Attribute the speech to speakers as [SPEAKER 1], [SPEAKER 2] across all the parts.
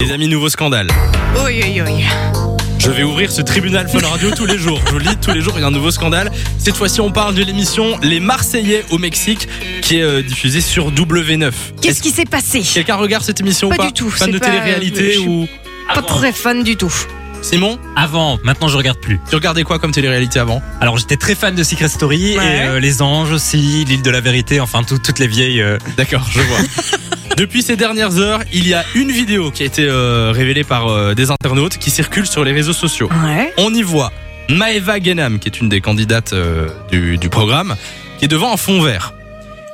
[SPEAKER 1] Les amis, nouveau scandale.
[SPEAKER 2] Oui, oui, oui.
[SPEAKER 1] Je vais ouvrir ce tribunal Fun Radio tous les jours. Je vous le dis, tous les jours, il y a un nouveau scandale. Cette fois-ci, on parle de l'émission Les Marseillais au Mexique, qui est euh, diffusée sur W9.
[SPEAKER 2] Qu'est-ce qui s'est passé
[SPEAKER 1] Est-ce que Quelqu'un regarde cette émission
[SPEAKER 2] Pas
[SPEAKER 1] ou pas
[SPEAKER 2] du tout,
[SPEAKER 1] Fan
[SPEAKER 2] c'est
[SPEAKER 1] de
[SPEAKER 2] pas-
[SPEAKER 1] télé-réalité
[SPEAKER 2] je suis-
[SPEAKER 1] ou...
[SPEAKER 2] Pas très fan du tout.
[SPEAKER 1] Simon,
[SPEAKER 3] Avant, maintenant je regarde plus.
[SPEAKER 1] tu regardais quoi comme télé-réalité avant
[SPEAKER 3] Alors j'étais très fan de Secret Story
[SPEAKER 2] Ouais.
[SPEAKER 3] et euh, Les Anges aussi, L'île de la vérité, enfin tout- toutes les vieilles. euh.
[SPEAKER 1] D'accord, je vois. Depuis ces dernières heures, il y a une vidéo qui a été euh, révélée par euh, des internautes qui circulent sur les réseaux sociaux.
[SPEAKER 2] Ouais.
[SPEAKER 1] On y voit Maeva Genam, qui est une des candidates euh, du, du programme, qui est devant un fond vert.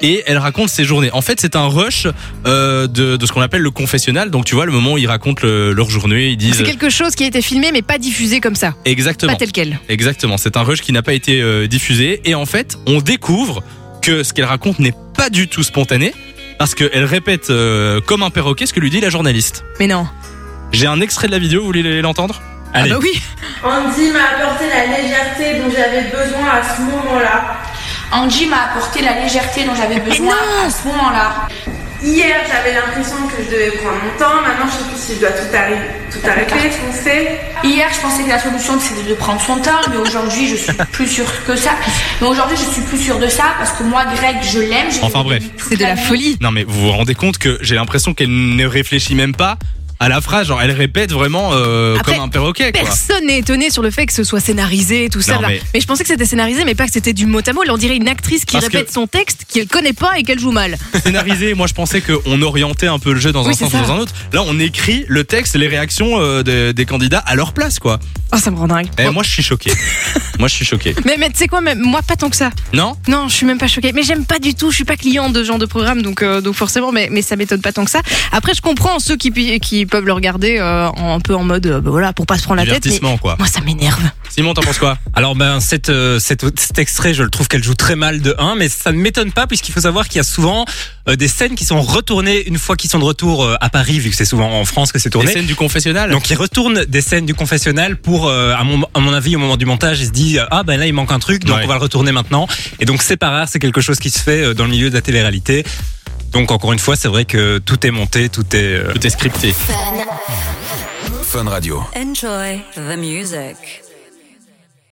[SPEAKER 1] Et elle raconte ses journées. En fait, c'est un rush euh, de, de ce qu'on appelle le confessionnal. Donc, tu vois, le moment où ils racontent le- leur journée, ils disent
[SPEAKER 2] C'est quelque chose qui a été filmé mais pas diffusé comme ça,
[SPEAKER 1] exactement,
[SPEAKER 2] pas tel quel.
[SPEAKER 1] exactement. C'est un rush qui n'a pas été euh, diffusé. Et en fait, on découvre que ce qu'elle raconte n'est pas du tout spontané, parce qu'elle répète euh, comme un perroquet ce que lui dit la journaliste.
[SPEAKER 2] Mais non.
[SPEAKER 1] J'ai un extrait de la vidéo. Vous voulez l'entendre
[SPEAKER 3] Allez,
[SPEAKER 2] Ah bah oui.
[SPEAKER 4] Andy m'a apporté la légèreté dont j'avais besoin à ce moment-là.
[SPEAKER 5] Angie m'a apporté la légèreté dont j'avais besoin
[SPEAKER 2] non
[SPEAKER 5] à ce moment-là.
[SPEAKER 4] Hier, j'avais l'impression que je devais prendre mon temps. Maintenant, je sais plus si je dois tout, arrêter, tout arrêter, foncer.
[SPEAKER 5] Hier, je pensais que la solution c'était de prendre son temps, mais aujourd'hui, je suis plus sûre que ça. Mais aujourd'hui, je suis plus sûre de ça parce que moi, Greg, je l'aime. je l'ai
[SPEAKER 1] Enfin,
[SPEAKER 5] aimé
[SPEAKER 1] bref.
[SPEAKER 5] toute
[SPEAKER 2] C'est de la
[SPEAKER 5] vie.
[SPEAKER 2] folie.
[SPEAKER 1] Non mais vous vous rendez compte que j'ai l'impression qu'elle ne réfléchit même pas à la phrase, genre elle répète vraiment euh,
[SPEAKER 2] Après,
[SPEAKER 1] comme un perroquet quoi.
[SPEAKER 2] Personne n'est étonné sur le fait que ce soit scénarisé, tout ça.
[SPEAKER 1] Non,
[SPEAKER 2] là.
[SPEAKER 1] mais-
[SPEAKER 2] je pensais que c'était scénarisé, mais pas que c'était du mot à mot. Là, on dirait une actrice qui
[SPEAKER 1] Parce
[SPEAKER 2] répète
[SPEAKER 1] que-
[SPEAKER 2] son texte qu'elle connaît pas et qu'elle joue mal.
[SPEAKER 1] Scénarisé, moi je pensais qu'on orientait un peu le jeu dans un
[SPEAKER 2] Oui, c'est
[SPEAKER 1] sens ou
[SPEAKER 2] ça.
[SPEAKER 1] dans un autre. Là on écrit le texte, les réactions euh, des- des candidats à leur place quoi.
[SPEAKER 2] Oh, ça me rend dingue.
[SPEAKER 1] Et moi je suis choqué. moi je suis choqué.
[SPEAKER 2] Mais, mais tu sais quoi, même, moi pas tant que ça.
[SPEAKER 1] Non
[SPEAKER 2] Non, je suis même pas choquée. Mais j'aime pas du tout. Je suis pas client de ce genre de programme, donc euh, donc forcément, mais mais ça m'étonne pas tant que ça. Après, je comprends ceux qui pu- qui peuvent le regarder euh, en- un peu en mode, euh, bah voilà, pour pas se prendre la tête. mais
[SPEAKER 1] Divertissement quoi.
[SPEAKER 2] moi, ça m'énerve.
[SPEAKER 1] Simon t'en penses quoi
[SPEAKER 3] alors ben cette, euh, cette- cet extrait, je le trouve qu'elle joue très mal de 1, mais ça ne m'étonne pas puisqu'il faut savoir qu'il y a souvent euh, des scènes qui sont retournées une fois qu'ils sont de retour euh, à Paris, vu que c'est souvent en France que c'est
[SPEAKER 1] Les
[SPEAKER 3] tourné.
[SPEAKER 1] scènes du confessionnal
[SPEAKER 3] Donc ils retournent des scènes du confessionnal pour, euh, à, mon, à mon avis, au moment du montage, ils se disent ah ben là il manque un truc, donc
[SPEAKER 1] Ouais.
[SPEAKER 3] on va le retourner maintenant. Et donc c'est pas rare, c'est quelque chose qui se fait euh, dans le milieu de la télé-réalité. Donc encore une fois, c'est vrai que tout est monté, tout est euh,
[SPEAKER 1] Tout est scripté.
[SPEAKER 6] Enjoy the music.